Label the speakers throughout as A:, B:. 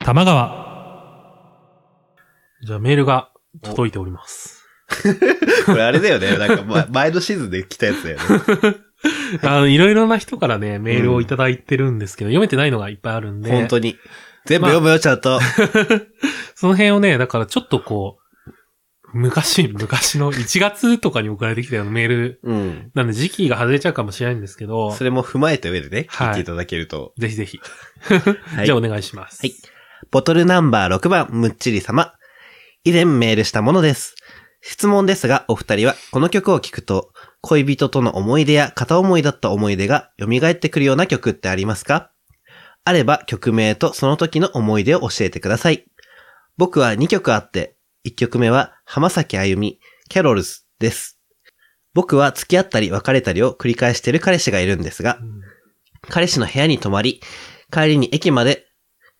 A: 玉川。じゃあメールが届いております。
B: これあ れだよね。なんか、ま、前のシーズンで来たやつだよ ね。
A: あの、いろいろな人からね、メールをいただいてるんですけど、読めてないのがいっぱいあるんで、
B: 本当に。全部読むよ、ちゃんと。
A: その辺をね、だからちょっとこう、昔、昔の1月とかに送られてきたようなメール、
B: うん。
A: なんで時期が外れちゃうかもしれないんですけど、
B: それも踏まえた上でね、
A: はい
B: 聞いていただけると。
A: ぜひぜひ。
B: は
A: じゃあお願いします。
B: はい。ボトルナンバー6番、むっちり様。以前メールしたものです。質問ですが、お二人は、この曲を聴くと、恋人との思い出や片思いだった思い出が蘇ってくるような曲ってありますかあれば、曲名とその時の思い出を教えてください。僕は2曲あって、1曲目は、浜崎あゆみ、キャロルズです。僕は付き合ったり別れたりを繰り返している彼氏がいるんですが
A: う、ん
B: 彼氏の部屋に泊まり、帰りに駅まで、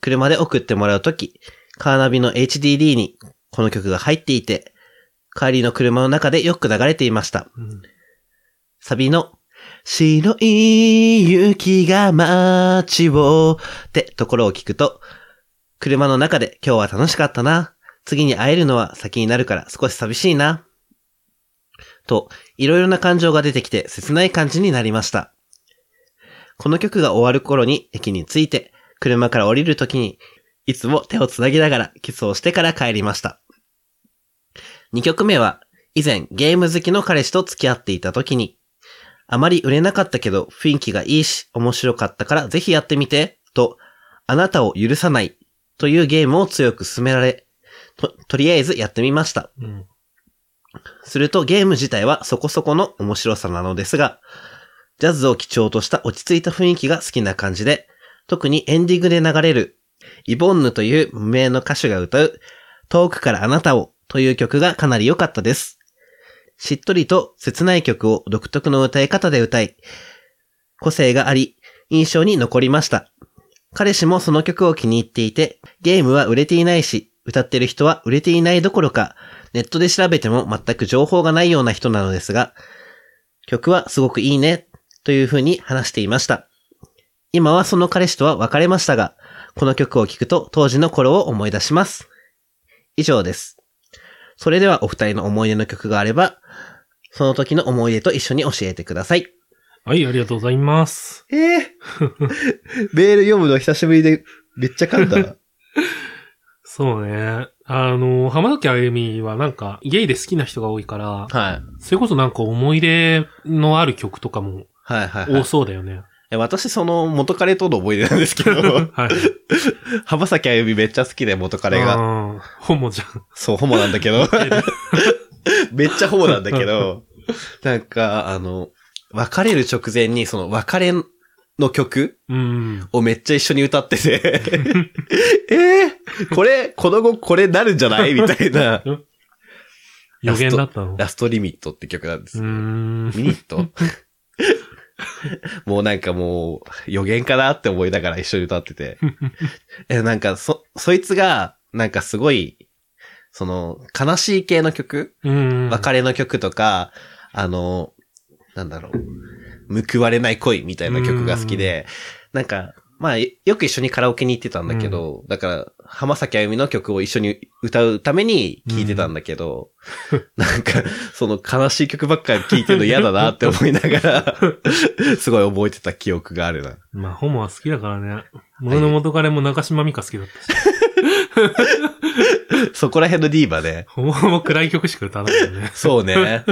B: 車で送ってもらうとき、カーナビの HDD にこの曲が入っていて、帰りの車の中でよく流れていました。
A: うん
B: サビの、白い雪が街をってところを聞くと、車の中で今日は楽しかったな。次に会えるのは先になるから少し寂しいな。と、いろいろな感情が出てきて切ない感じになりました。この曲が終わる頃に駅に着いて、車から降りるときに、いつも手をつなぎながらキスをしてから帰りました。2曲目は、以前ゲーム好きの彼氏と付き合っていたときに、あまり売れなかったけど雰囲気がいいし面白かったからぜひやってみて、と、あなたを許さないというゲームを強く勧められ、と、とりあえずやってみました。
A: うん
B: するとゲーム自体はそこそこの面白さなのですが、ジャズを基調とした落ち着いた雰囲気が好きな感じで、特にエンディングで流れる、イボンヌという無名の歌手が歌う、遠くからあなたをという曲がかなり良かったです。しっとりと切ない曲を独特の歌い方で歌い、個性があり、印象に残りました。彼氏もその曲を気に入っていて、ゲームは売れていないし、歌ってる人は売れていないどころか、ネットで調べても全く情報がないような人なのですが、曲はすごくいいね、というふうに話していました。今はその彼氏とは別れましたが、この曲を聴くと当時の頃を思い出します。以上です。それではお二人の思い出の曲があれば、その時の思い出と一緒に教えてください。
A: はい、ありがとうございます。
B: えー、 メール読むの久しぶりでめっちゃ 噛んだ。
A: そうね。あの、浜崎あゆみはなんか、ゲイで好きな人が多いから、
B: はい。
A: それこそなんか思い出のある曲とかも
B: はいはい、
A: 多
B: はい
A: そうだよ ね。
B: え。私その元彼との思い出なんですけど、
A: はい。
B: 浜崎あゆみめっちゃ好きで元
A: あ
B: 彼が。
A: ー。ホモじゃん。
B: そう、ホモなんだけど。 めっちゃホモなんだけど、なんか、あの、別れる直前に、その別れの曲
A: うん。
B: をめっちゃ一緒に歌ってて、 えー、これ、この後これなるんじゃないみたいな、
A: 予言だったの。
B: ラストリミットって曲なんで
A: う
B: す。
A: ーん。
B: ミニットもうなんかもう、予言かなって思いながら一緒に歌ってて。え、なんか、そ、そいつが、なんかすごい、その、悲しい系の曲
A: うん。
B: 別れの曲とか、あの、なんだろう、報われない恋みたいな曲が好きで、なんか、まあ、よく一緒にカラオケに行ってたんだけど、だから、浜崎あゆみの曲を一緒に歌うために聴いてたんだけど、 なんか、その悲しい曲ばっかり聴いてるの嫌だなって思いなが ら、すごい覚えてた記憶があるな。
A: まあ、ホモは好きだからね。俺の元彼も中島美嘉好きだったし。
B: そこら辺のディーバね。。
A: ホモも暗い曲しか歌わないよね
B: そう ね。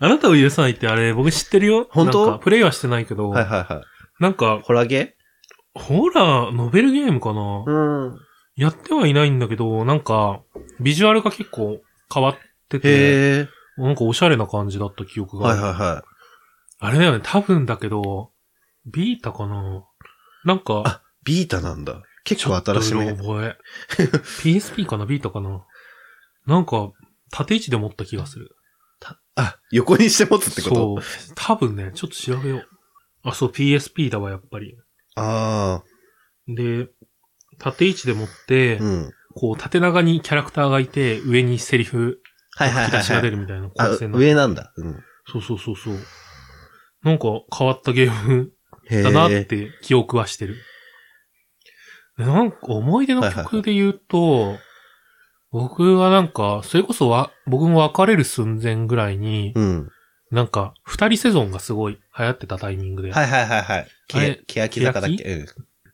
A: あなたを許さないってあれ、僕知ってるよ。
B: 本当
A: なんかプレイはしてないけど、
B: はいはいは
A: なんか
B: い。、ホラゲ
A: ホラー、ノベルゲームかな、
B: ん。
A: やってはいないんだけど、なんか、ビジュアルが結構変わってて、
B: へえ。
A: なんかおしゃれな感じだった記憶が。
B: はいはいは
A: あれだよね、多分だけど、ビータかななんか、
B: あい。ビータなんだ。結構新し
A: ちょ
B: め
A: っ。とうろ覚え。PSP かなビータかななんか、縦位置で持った気がする。
B: あ、横にして持つってこと
A: そう。多分ね、ちょっと調べよう。あ、そう、PSP だわ、やっぱり。
B: あ
A: で、縦位置で持って、
B: あ、うん。
A: こう、縦長にキャラクターがいて、上にセリフ、
B: はいはい
A: 吹き出
B: はい、
A: しが
B: は
A: 出
B: い。
A: るみたいな構
B: あ
A: 成、になって
B: 上なんだ。うん。
A: そうそうそうそう。なんか変わったゲーム
B: へ
A: だなっ
B: え。
A: て記憶はしてる。でなんか思い出の
B: はいはいは
A: 曲で言うと、僕はなんか、それこそわ、僕も別れる寸前ぐらいに、
B: うん。
A: なんか、二人セゾンがすごい流行ってたタイミングで、
B: はいはいはいはい。
A: あ
B: け
A: れ
B: 欅坂だっけ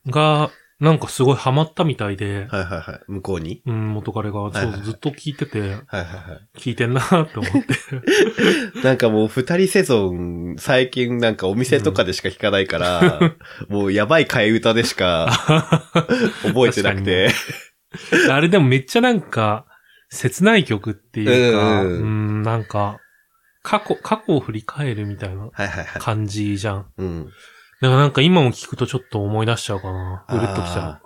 B: うん。
A: が、なんかすごいハマったみたいで、
B: はいはいはい。向こうに
A: うん、元彼が、
B: はい
A: そ、
B: はいう
A: ずっと聞いてて、
B: はいはいは
A: 聞いてんなーって思って。
B: い。なんかもう二人セゾン、最近なんかお店とかでしか聞かないから、 もうやばい替え歌でしか覚えてなくて。
A: あれでもめっちゃなんか、切ない曲っていうか、
B: う
A: うんん、なんか、過去、過去を振り返るみたいな
B: はいはいはい。
A: 感じじゃん。
B: うん。
A: だからなんか今も聞くとちょっと思い出しちゃうかな。うるっときちゃ
B: あ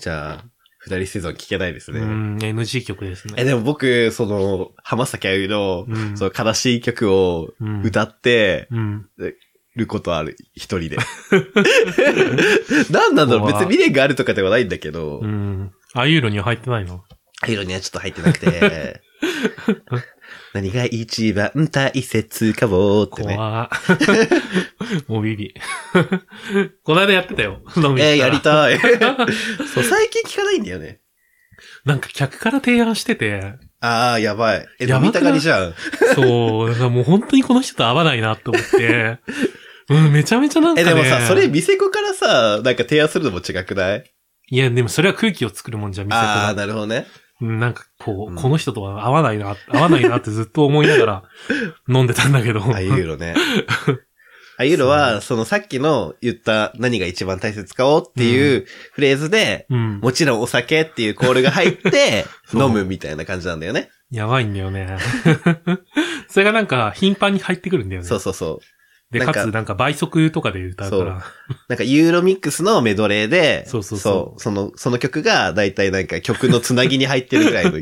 B: ーじゃあ、二人セゾン聞けないです
A: う。
B: ね。
A: うん、NG 曲ですね。
B: え、でも僕、その、浜崎あゆみの、
A: うん
B: その悲しい曲を
A: うん
B: 歌って
A: うん。
B: ることある、一人で。 なんなんだろ
A: う
B: う
A: わ
B: 別に未練があるとかではないんだけど
A: う、ん。あゆるには入ってないの
B: アイロにはちょっと入ってなくて、 何が一番大切かもってね。
A: 怖っ もうビビ。こないだやってたよ。飲みに行ったら
B: えー、やりた い。そう、最近聞かないんだよね。
A: なんか客から提案してて、
B: あー、やばい。え、
A: や
B: 飲
A: ばくない
B: みたがりじゃん。
A: そう、だからもう本当にこの人と合わないなって思って、うん、めちゃめちゃなんか、
B: え、
A: ね。
B: でもさ、それ、店子からさ、なんか提案するのも違くない
A: いや、でもそれは空気を作るもんじゃん、店子
B: あー、
A: が。
B: なるほどね。
A: うんなんかこう、
B: うん
A: この人とは合わないな、合わないなってずっと思いなが ら飲んでたんだけど。
B: あゆうろね。あゆうろは、そのさっきの言った何が一番大切かをっていうフレーズで、
A: うん。
B: もちろんお酒っていうコールが入って、
A: そう
B: 飲むみたいな感じなんだよね。
A: やばいんだよね。 それがなんか頻繁に入ってくるんだよね。
B: そうそうそう。
A: で、
B: なん
A: か
B: か
A: つなんか倍速とかで歌うから。
B: なんかユーロミックスのメドレーで、
A: そうそうそう
B: その、その曲が大体なんか曲のつなぎに入ってるぐらい の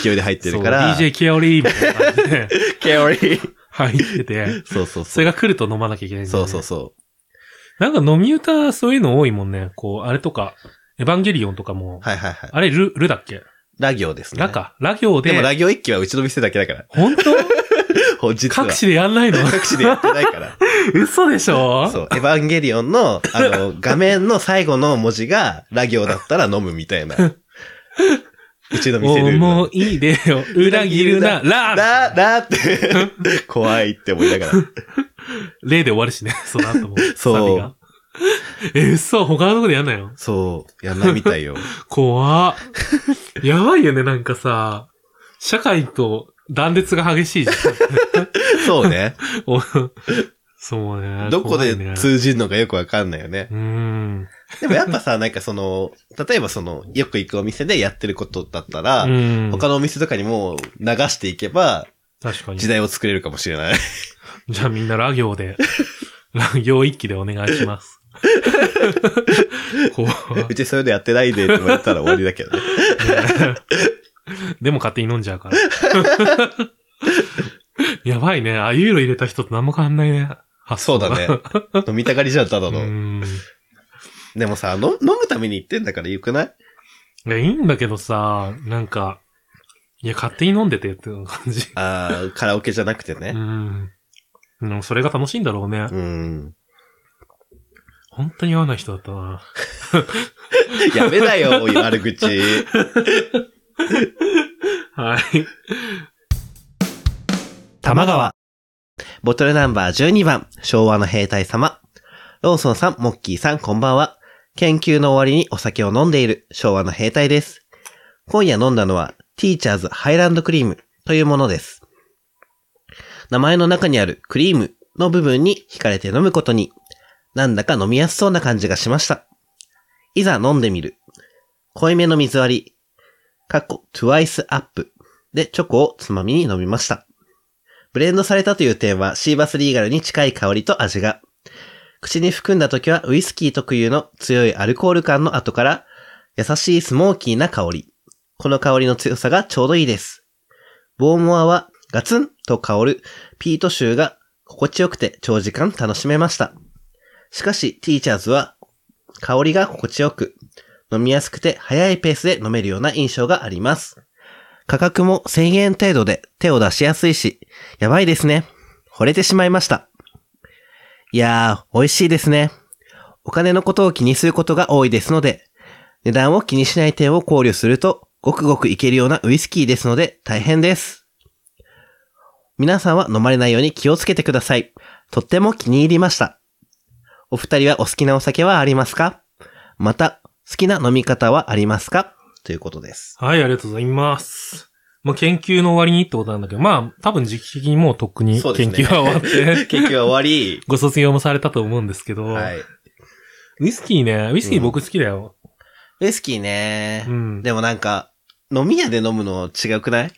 B: 勢いで入ってるから、
A: そう DJ ケオリーみたいな感じで
B: ケオリー。
A: 入ってて、
B: そうそ
A: そ
B: うそう。
A: れが来ると飲まなきゃいけないんだ
B: そ
A: よ
B: う
A: ね。
B: そうそ
A: なんか飲み歌、そういうの多いもんね。こう、あれとか、エヴァンゲリオンとかも
B: う。、はいはいはい。
A: あれ、ル、ルだっけ
B: ラ行ですね。
A: ラか。ラ行で、
B: でもラ行一期はうちの店だけだから。
A: 本 当
B: ほ実は。
A: 各地でやんないの
B: 各地でやってないから。
A: 嘘でしょ
B: そう、エヴァンゲリオンの、あの、画面の最後の文字が、ラ行だったら飲むみたい な。うちの店ルールな
A: も
B: の
A: ういい でよ。裏切るな、ラ
B: ララって、 怖いって思いながら。
A: レで終わるしね。 その後も。
B: そう
A: サビが。え、嘘、他のとこでやんないの
B: そう、やんないみたいよ。
A: 怖 っやばいよね、なんかさ、社会と断絶が激し いじゃん。
B: そう ね。
A: おそうね。
B: どこ
A: 怖いね
B: で通じるのかよくわかんないよね。
A: うーん。
B: でもやっぱさ、なんかその、例えばその、よく行くお店でやってることだったら、
A: うん
B: 他のお店とかにも流していけば、
A: 確かに。
B: 時代を作れるかもしれない。
A: じゃあみんなラ行で、ラ行一気でお願いし ます。怖いう
B: ちそういうのやってないでって言われたら終わりだけどね。
A: でも勝手に飲んじゃうから。 やばいね。あ、ユーロ入れた人と何も変わんないね。発
B: そ
A: 想
B: うだ
A: が
B: ね。。 飲みたがりじゃん、ただ
A: う
B: の。
A: ん。
B: でもさ、の飲むために行ってんだからよくない
A: いや、いいんだけどさ、なんか、いや、勝手に飲んでてっていう感じ。
B: ああ、カラオケじゃなくて
A: う
B: ね。
A: ん。でもそれが楽しいんだろうね。
B: うん。
A: 本当に合わない人だったな。
B: やめなよ、悪口。
A: はい。
B: 玉川。ボトルナンバー12番、昭和の兵隊様。ローソンさん、モッキーさん、こんばんは。研究の終わりにお酒を飲んでいる昭和の兵隊です。今夜飲んだのは、ティーチャーズハイランドクリームというものです。名前の中にあるクリームの部分に惹かれて飲むことに、なんだか飲みやすそうな感じがしました。いざ飲んでみる。濃いめの水割り、かっこ twice up でチョコをつまみに飲みました。ブレンドされたという点はシーバスリーガルに近い香りと味が。口に含んだ時はウイスキー特有の強いアルコール感の後から優しいスモーキーな香り。この香りの強さがちょうどいいです。ボーモアはガツンと香るピート臭が心地よくて長時間楽しめました。しかしティーチャーズは香りが心地よく飲みやすくて早いペースで飲めるような印象があります。価格も1000円程度で手を出しやすいし、やばいですね。惚れてしまいました。いやー、美味しいですね。お金のことを気にすることが多いですので、値段を気にしない点を考慮すると、ごくごくいけるようなウイスキーですので大変です。皆さんは飲まれないように気をつけてください。とっても気に入りました。お二人はお好きなお酒はありますかまた、好きな飲み方はありますかということです。
A: はい、ありがとうございます。まあ、研究の終わりにってことなんだけど、まあ、多分時期的にもうとっくに
B: そうです
A: 研
B: ね
A: 究は終わって、
B: 研究は終わり。
A: ご卒業もされたと思うんですけど、
B: はい。
A: ウイスキーね、ウイスキー僕好きだよ。
B: ウイスキーね
A: う。ん。
B: でもなんか、飲み屋で飲むの違くない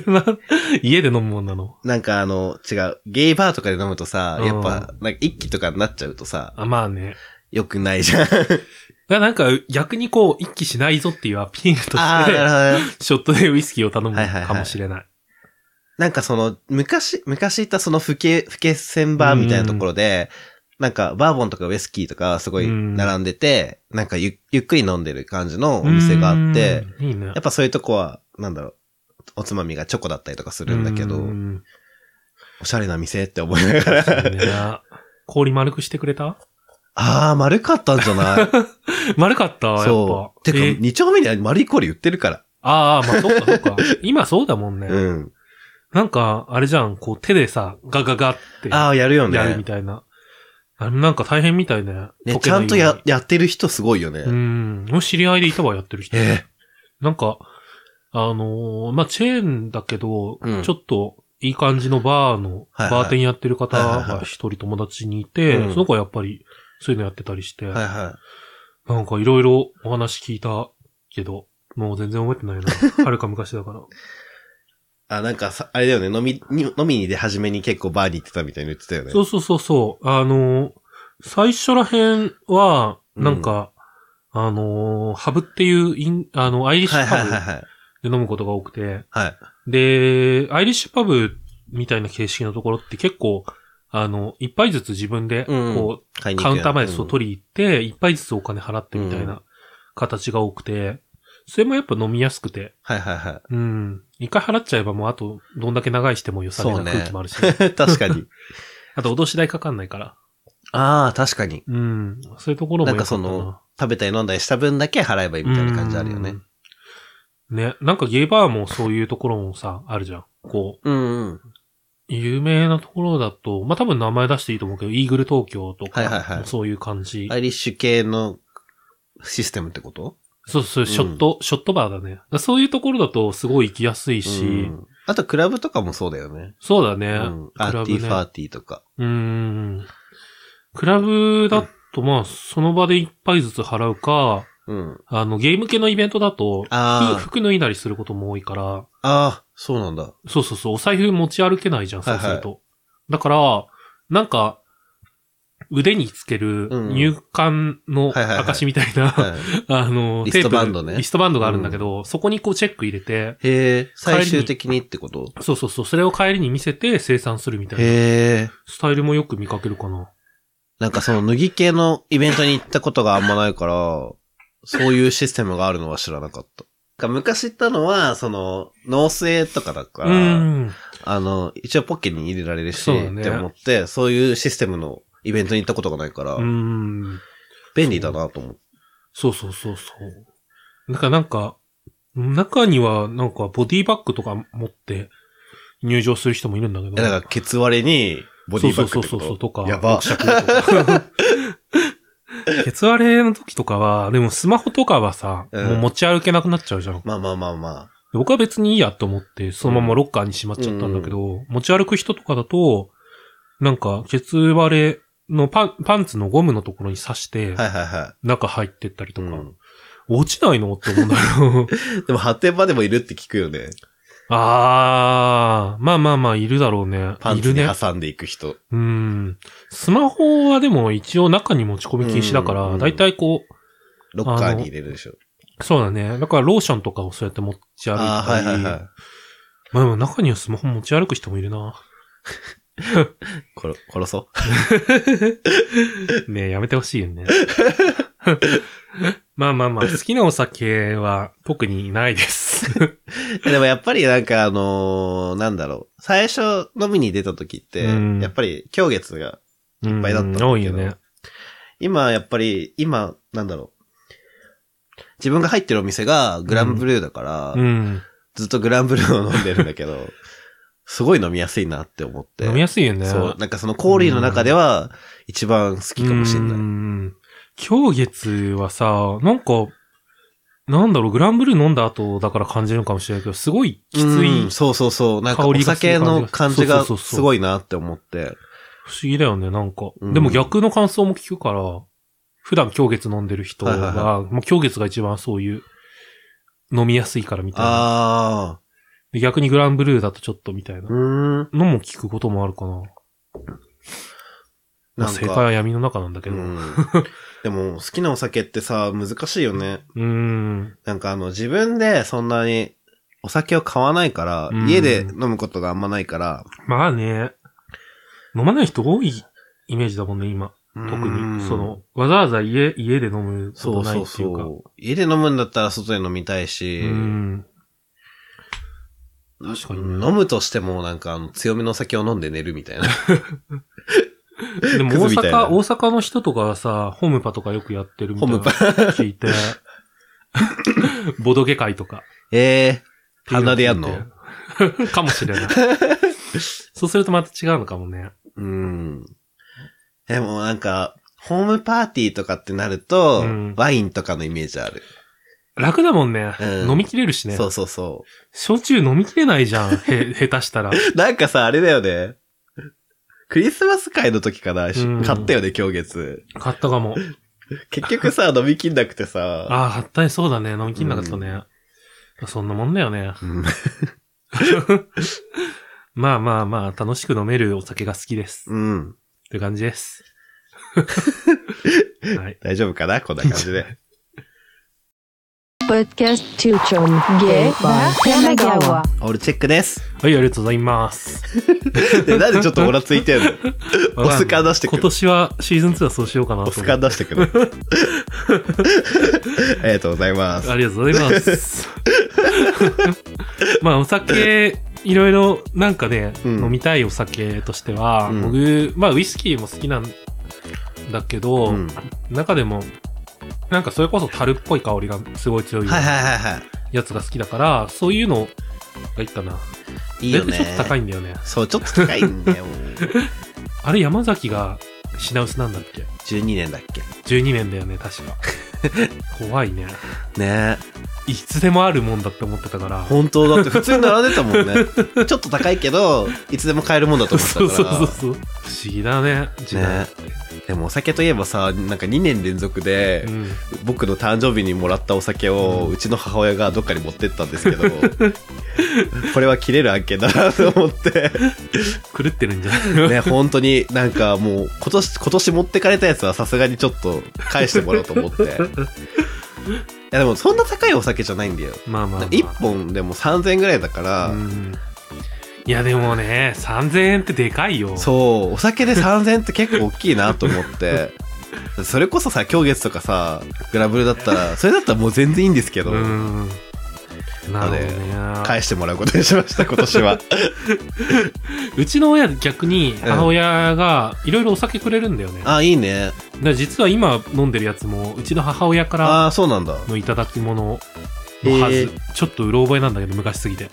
A: 家で飲むもんなの。
B: なんかあの、違う。ゲイバーとかで飲むとさ、
A: うん
B: やっぱ、なんか一気とかになっちゃうとさ、
A: あ、まあね。
B: 良くないじゃん。
A: がなんか逆にこう、一気しないぞっていうアピールと
B: ああ、なる
A: し
B: ほどね。
A: て、ショットでウイスキーを頼む
B: はいはいはい
A: かもしれない。
B: なんかその、昔、昔行ったその不景、不潔船バーみたいなところで、なんかバーボンとかウイスキーとかすごい
A: うん
B: 並んでて、なんかゆゆっくり飲んでる感じのお店があって、
A: うん。いいね。
B: やっぱそういうとこは、なんだろう、おつまみがチョコだったりとかす
A: ぱ
B: るんだけど、おしゃれな店って思いながら、
A: 氷丸くしてくれた
B: あー、丸かったんじゃない
A: 丸かったやっぱ。
B: そう。てか、
A: え
B: 2丁目に丸い氷売ってるから。
A: ああ、まあそうかそうか。 今そうだもんね。
B: うん。
A: なんか、あれじゃん、こう手でさ、ガガガってや
B: あー、やるよ
A: るみ
B: ね。
A: たいな。あれもなんか大変みたいね。
B: ね、
A: 溶
B: ち
A: けな
B: ゃ
A: いようんに
B: とや、やってる人すごいよね。
A: うん。もう知り合いでいたわ、やってる人。
B: え
A: なんか、あのーまあ、チェーンだけど、
B: うん
A: ちょっと、いい感じのバーの、
B: はいはい
A: バーテンやってる方
B: はいはい
A: が
B: はい
A: 一人友達にいて、
B: うん
A: その子はやっぱり、そういうのやってたりして、
B: はいは
A: なんかいろいろお話聞いたけど、もう全然覚えてない な。はるか昔だから。
B: あ、なんかさ、あれだよね、飲みに、飲みに出始めに結構バーに行ってたみたいに言ってたよね。
A: そうそうそうそう。あのー最初ら辺は、なんか、あのーハブっていうイン、あの、アイリッシ
B: はい
A: ュ
B: はい
A: ハ
B: はい
A: ブ
B: はい。
A: で飲むことが多くて、
B: はい。
A: で、アイリッシュパブみたいな形式のところって結構、あの、一杯ずつ自分で、
B: うん
A: こう、
B: 買いに行
A: カ
B: く
A: ウ
B: よ
A: ンターまでそう取り行って、一杯ずつお金払ってみたいうな形が多くて、それもやっぱ飲みやすくて、
B: はいはいは
A: うん。一回払っちゃえばもうあと、どんだけ長いしても良さげ
B: そう
A: な
B: ね
A: 空気もある し、
B: い。確 かに。
A: あと脅し代かかんないから、
B: ああ、確かに。
A: うん。そういうところも
B: なん
A: 良
B: か
A: った
B: その、食べたり飲んだりした分だけ払えばいいみたいな感じあるよね。。
A: うんね、なんかゲイバーもそういうところもさ、あるじゃん。こう、
B: うんうん。
A: 有名なところだと、まあ、多分名前出していいと思うけど、イーグル東京とか、
B: はいはいはい
A: そういう感じ
B: ア。イリッシュ系のシステムってこと
A: そうそう、ショット、ショットバーだね。だからそういうところだとすごい行きやすいし、
B: うんあとクラブとかもそうだよね。
A: そうだね。
B: うん。
A: ク
B: ア
A: ラ
B: ー
A: ブ
B: ティーファー
A: ね。
B: ティーとか。
A: うん。クラブだと、まあ、その場で一杯ずつ払うか、
B: うん。
A: あの、ゲーム系のイベントだと、服
B: あ
A: 服脱いだりすることも多いから、
B: あ、ああ、そうなんだ。
A: そうそうそう、お財布持ち歩けないじゃん、そうすると。だから、なんか、腕につける
B: うん
A: 入管の
B: はいはいはい
A: 証みたいな、
B: は
A: あの、
B: リ
A: テ
B: ス
A: ープ
B: トバンドね
A: リストバンドがあるんだけど、そこにこうチェック入れて、
B: い。へえ、最終的にってこと
A: そうそうそう、それを帰りに見せて生産するみたいな、
B: へえ。
A: スタイルもよく見かけるかな。
B: なんかその脱ぎ系のイベントに行ったことがあんまないから、そういうシステムがあるのは知らなかった。なんか昔行ったのは、その、農政とかだか
A: う
B: ら、
A: ん。
B: あの、一応ポッケに入れられるし、
A: そうだね
B: って思って、そういうシステムのイベントに行ったことがないから、
A: うん。
B: 便利だなと思って。
A: そうそうそうそう。なんかなんか、中にはなんかボディバッグとか持って入場する人もいるんだけど。
B: えなんか、ケツ割れに、ボディバッグって
A: そうそうそ
B: こ
A: うそう
B: と
A: とか
B: やば。
A: ケツ割れの時とかは、でもスマホとかはさ、
B: うん
A: もう持ち歩けなくなっちゃうじゃん。
B: まあまあまあま
A: 僕は別にいいやと思って、そのままロッカーにしまっちゃったんだけど、持ち歩く人とかだと、なんか、ケツ割れのパン、パンツのゴムのところに刺して
B: あ。、はいはいは
A: 中入ってったりと
B: い。
A: か、
B: うん
A: 落ちないのって思うんだよ。
B: でも、発展場でもいるって聞くよね。
A: あー、まあまあまあ、いるだろうね。
B: パン
A: い
B: ツ
A: る
B: に
A: ね。
B: 挟んでいく人。
A: うん。スマホはでも一応中に持ち込み禁止だか
B: うんう
A: ら、
B: ん
A: だいたいこう、
B: ロッカーに入れるでしょ。
A: そうだね。だからローションとかをそうやって持ち歩いたり。
B: ああ、はいはいはい。
A: まあでも中にはスマホ持ち歩く人もいる な。
B: 殺殺そう。
A: ねえ、やめてほしいよ ね。まあまあまあ、好きなお酒は特にない です。
B: えでもやっぱりなんかあのーなんだろう。最初飲みに出た時って、
A: うん
B: やっぱり今日月が、
A: いっ
B: ぱいだったんだけど
A: 多いよね。
B: 今やっぱり、今、なんだろう。自分が入ってるお店がグランブルーだから、
A: うん。
B: ずっとグランブルーを飲んでるんだけど、 すごい飲みやすいなって思って。
A: 飲みやすいよね。
B: そう、なんかその氷の中では一番好きかもしれ
A: う
B: ない。
A: ん今日月はさ、なんか、なんだろう、グランブルー飲んだ後だから感じるのかもしれないけど、すごいきつい、
B: うん
A: 不
B: そうそうそう。なんか
A: 香
B: お
A: りがする
B: 酒の感じ
A: そう
B: が
A: そうそうそう
B: すごいなって思って。
A: 思議だよね、なんか。
B: うん
A: でも逆の感想も聞くから、普段今日月飲んでる人が、
B: はいはい
A: もう今日月が一番そういう、飲みやすいからみたいな。
B: あ
A: で逆にグランブルーだとちょっとみたい
B: あ
A: な
B: ー。。うーん。
A: のも聞くこともあるかな。ま
B: な
A: あ、
B: ん
A: 正解
B: か。
A: は闇の中なんだけ
B: う
A: ど。うん。
B: ん、でも好きなお酒ってさ、難しいよね。
A: ん。
B: なんかあの自分でそんなにお酒を買わないから、
A: うん
B: 家で飲むことがあんまないから、
A: まあね、飲まない人多いイメージだもんね、今。特
B: うん
A: に、その、わざわざ家、家で飲むこ
B: そ
A: と
B: う
A: ない
B: そう
A: っていうか。
B: そう。家で飲むんだったら外で飲みたいし、
A: うん。確かにね
B: 飲むとしてもなんかあの強めのお酒を飲んで寝るみたいな。
A: でも
B: ク
A: 大
B: ズみた
A: 阪、
B: いな
A: 大阪の人とかはさ、ホームパとかよくやってるみたいな
B: ホームパ
A: 聞いて、ボドゲ会とか。
B: ええ鼻でやんの
A: っていうの聞いてかもしれない。そうするとまた違うのかもね。
B: うん。でもなんか、ホームパーティーとかってなると、
A: うん
B: ワインとかのイメージある。
A: 楽だもんね。
B: うん
A: 飲みきれるしね
B: そ。うそうそ
A: 焼酎飲みきれないじゃん。へ、下手したら。
B: う。なんかさ、あれだよね。クリスマス会の時かな、し
A: うん
B: 買ったよね、今日月。
A: 買ったかも。
B: 結局さ、 飲みきんなくてさ。
A: ああ、買ったね。そうだね。飲みきんなかったね。そんなもんだよね。
B: うん
A: まあまあまあ、楽しく飲めるお酒が好きです。っ
B: うん。
A: て感じです。 はい。
B: 大丈夫かなこんな感じ で。
C: Podcast Tuchon Gay by Kanagawa.
B: オールチェックです。
A: はい、ありがとうございます。
B: でなんでちょっとオラついてん のお酢感出してく
A: 今
B: る。
A: 年はシーズン2はそうしようかな
B: お
A: と
B: 酢
A: 思っ
B: 感
A: て。
B: 出してくる。 ありがとうございます。
A: ありがとうござい ます。まあ、お酒、いろいろ、なんかね、
B: うん
A: 飲みたいお酒としては、
B: うん
A: 僕、まあ、ウイスキーも好きなんだけど、
B: うん
A: 中でも、なんかそれこそ樽っぽい香りがすごい強い
B: はいはいはいは
A: やつが好きだから、そういうのがいいかな。
B: い。いいよね。
A: 大体ちょっと高いんだよね。
B: そう、ちょっと高いんだよ。
A: あれ山崎が品薄なんだっけ
B: 12年だっけ
A: ?12 年だよね、確 か。怖いね。
B: ね
A: いつでもあるもんだって思ってたから
B: え。。本当だって普通に並んでたもん ね。ちょっと高いけど、いつでも買えるもんだと思ってた
A: そ
B: か
A: う
B: ら。
A: そうそうそう。不思議だね、時代って。
B: でもお酒といえばさ、なんか2年連続で、
A: うん、
B: 僕の誕生日にもらったお酒を、
A: う
B: うちの母親がどっかに持ってったんですけど、 これは切れる案件だなと思って。
A: 狂ってるんじゃ ない、
B: ね、本当になんかもう、今年、今年持ってかれたやつはさすがにちょっと返してもらおうと思 って。いやでもそんな高いお酒じゃないんだよ。
A: まあまあ、まあ。
B: 一本でも3000円ぐらいだから、
A: うん。いやでもね、3000円ってでかいよ。
B: そう、お酒で3000円って結構大きいなと思って。 それこそさ、今月とかさ、グラブルだったら、それだったらもう全然いいんですけど、
A: うん。なるほどね。
B: 返してもらうことにしました、今年は。
A: うちの親逆に母親がいろいろお酒くれるんだよね。
B: あ、いいね。
A: だから実は今飲んでるやつも、うちの母親から
B: ああ、そうなんだ。
A: のいただき物のはず、
B: へえ
A: ちょっとうろ覚えなんだけど、昔すぎ て。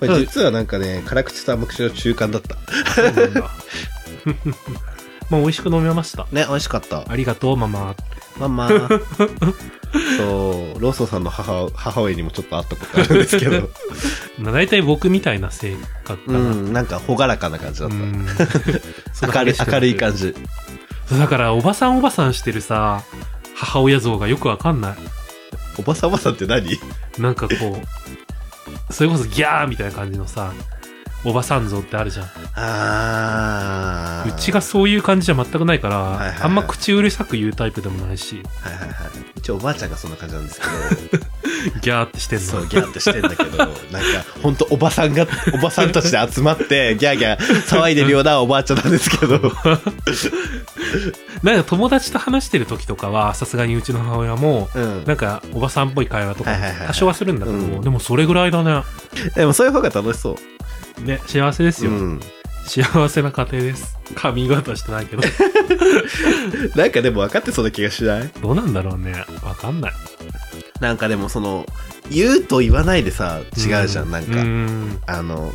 B: これ実はなんかね、辛口と甘口の中間だった。
A: そうなんだ。まあ、美味しく飲めました。
B: ね、美味しかった。
A: ありがとう、ママ。
B: まあ まあ。そう、ローソンさんの母母親にもちょっと会ったことあるんですけど、
A: まあ大体僕みたいな性格か
B: う
A: な。
B: ん、なんか朗らかな感じだ
A: う
B: った。
A: ん
B: 明るい明るい感
A: じ。
B: じ。
A: そうだから、おばさんおばさんしてるさ、母親像がよくわかんない。
B: おばさんおばさんって何
A: なんかこう、それこそギャーみたいな感じのさ、おばさん像ってあるじゃん。
B: あー
A: うちが、そういう感じじゃ全くないから、
B: いはいはい
A: あんま口うるさく言うタイプでもないし、
B: はいはいはい、うちおばあちゃんがそんな感じなんですけ
A: ギャーってしてん
B: どそ
A: の
B: う。ギャーってしてんだ けどなんか本当おばさんがおばさんたちで集まってギャーギャー騒いでるようなおばあちゃんなんですけど
A: なんか友達と話してる時とかは、さすがにうちの母親も、
B: うん
A: なんかおばさんっぽい会話とか
B: はいはいはいはい
A: 多少はするんだけど、
B: うん
A: でもそれぐらいだね。
B: でもそういう方が楽しそう
A: ね、幸せですよ。
B: うん
A: 幸せな家庭です。髪型してないけ ど。
B: なんかでも分かってそうな気がしない
A: どうなんだろうね。わかんない。
B: なんかでもその、言うと言わないでさ、違うじゃん、なんか。
A: うん。
B: あの、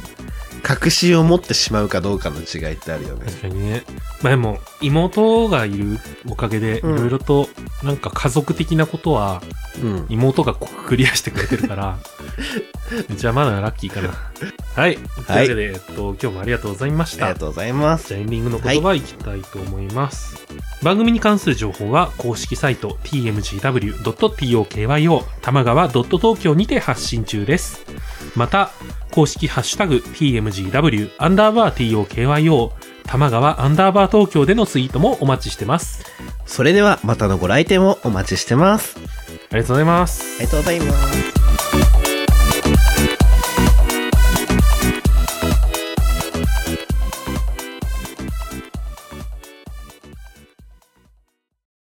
B: 確信を持ってしまうかどうかの違いってあるよね。
A: 確かにね。まあでも、妹がいるおかげで、い
B: うん
A: ろいろと、なんか家族的なことは、
B: うん。
A: 妹がクリアしてくれてる から、うちはまだラッキーかな。はい。というわけで、えっと、今日もありがとうございまし
B: あり
A: た
B: が。とうございます
A: じ。ゃあエンディングの言葉いきたいと思います、番組に関する情報は公式サイト tmgw.tokyo 玉川 .tokyo にて発信中ですまた公式ハッシュタグ tmgw アンダーバー tokyo 玉川アンダーバー東京でのツイートもお待ちしてます
B: それではまたのご来店をお待ちしてます。あ
A: ありがとうございます
B: りがとうございます。